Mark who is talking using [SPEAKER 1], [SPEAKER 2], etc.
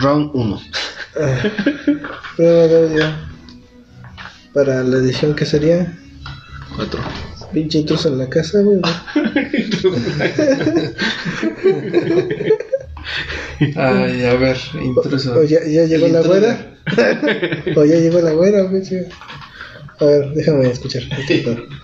[SPEAKER 1] Round 1.
[SPEAKER 2] Prueba de audio. Para la edición que sería.
[SPEAKER 1] 4.
[SPEAKER 2] Pinche intruso en la casa, güey. ¿no?
[SPEAKER 3] Ay, a ver, intruso.
[SPEAKER 2] O ya, ya llegó
[SPEAKER 1] El
[SPEAKER 2] la
[SPEAKER 1] intruder.
[SPEAKER 2] güera. o ya llegó la güera, güey. sí. A ver, déjame escuchar. un poquito.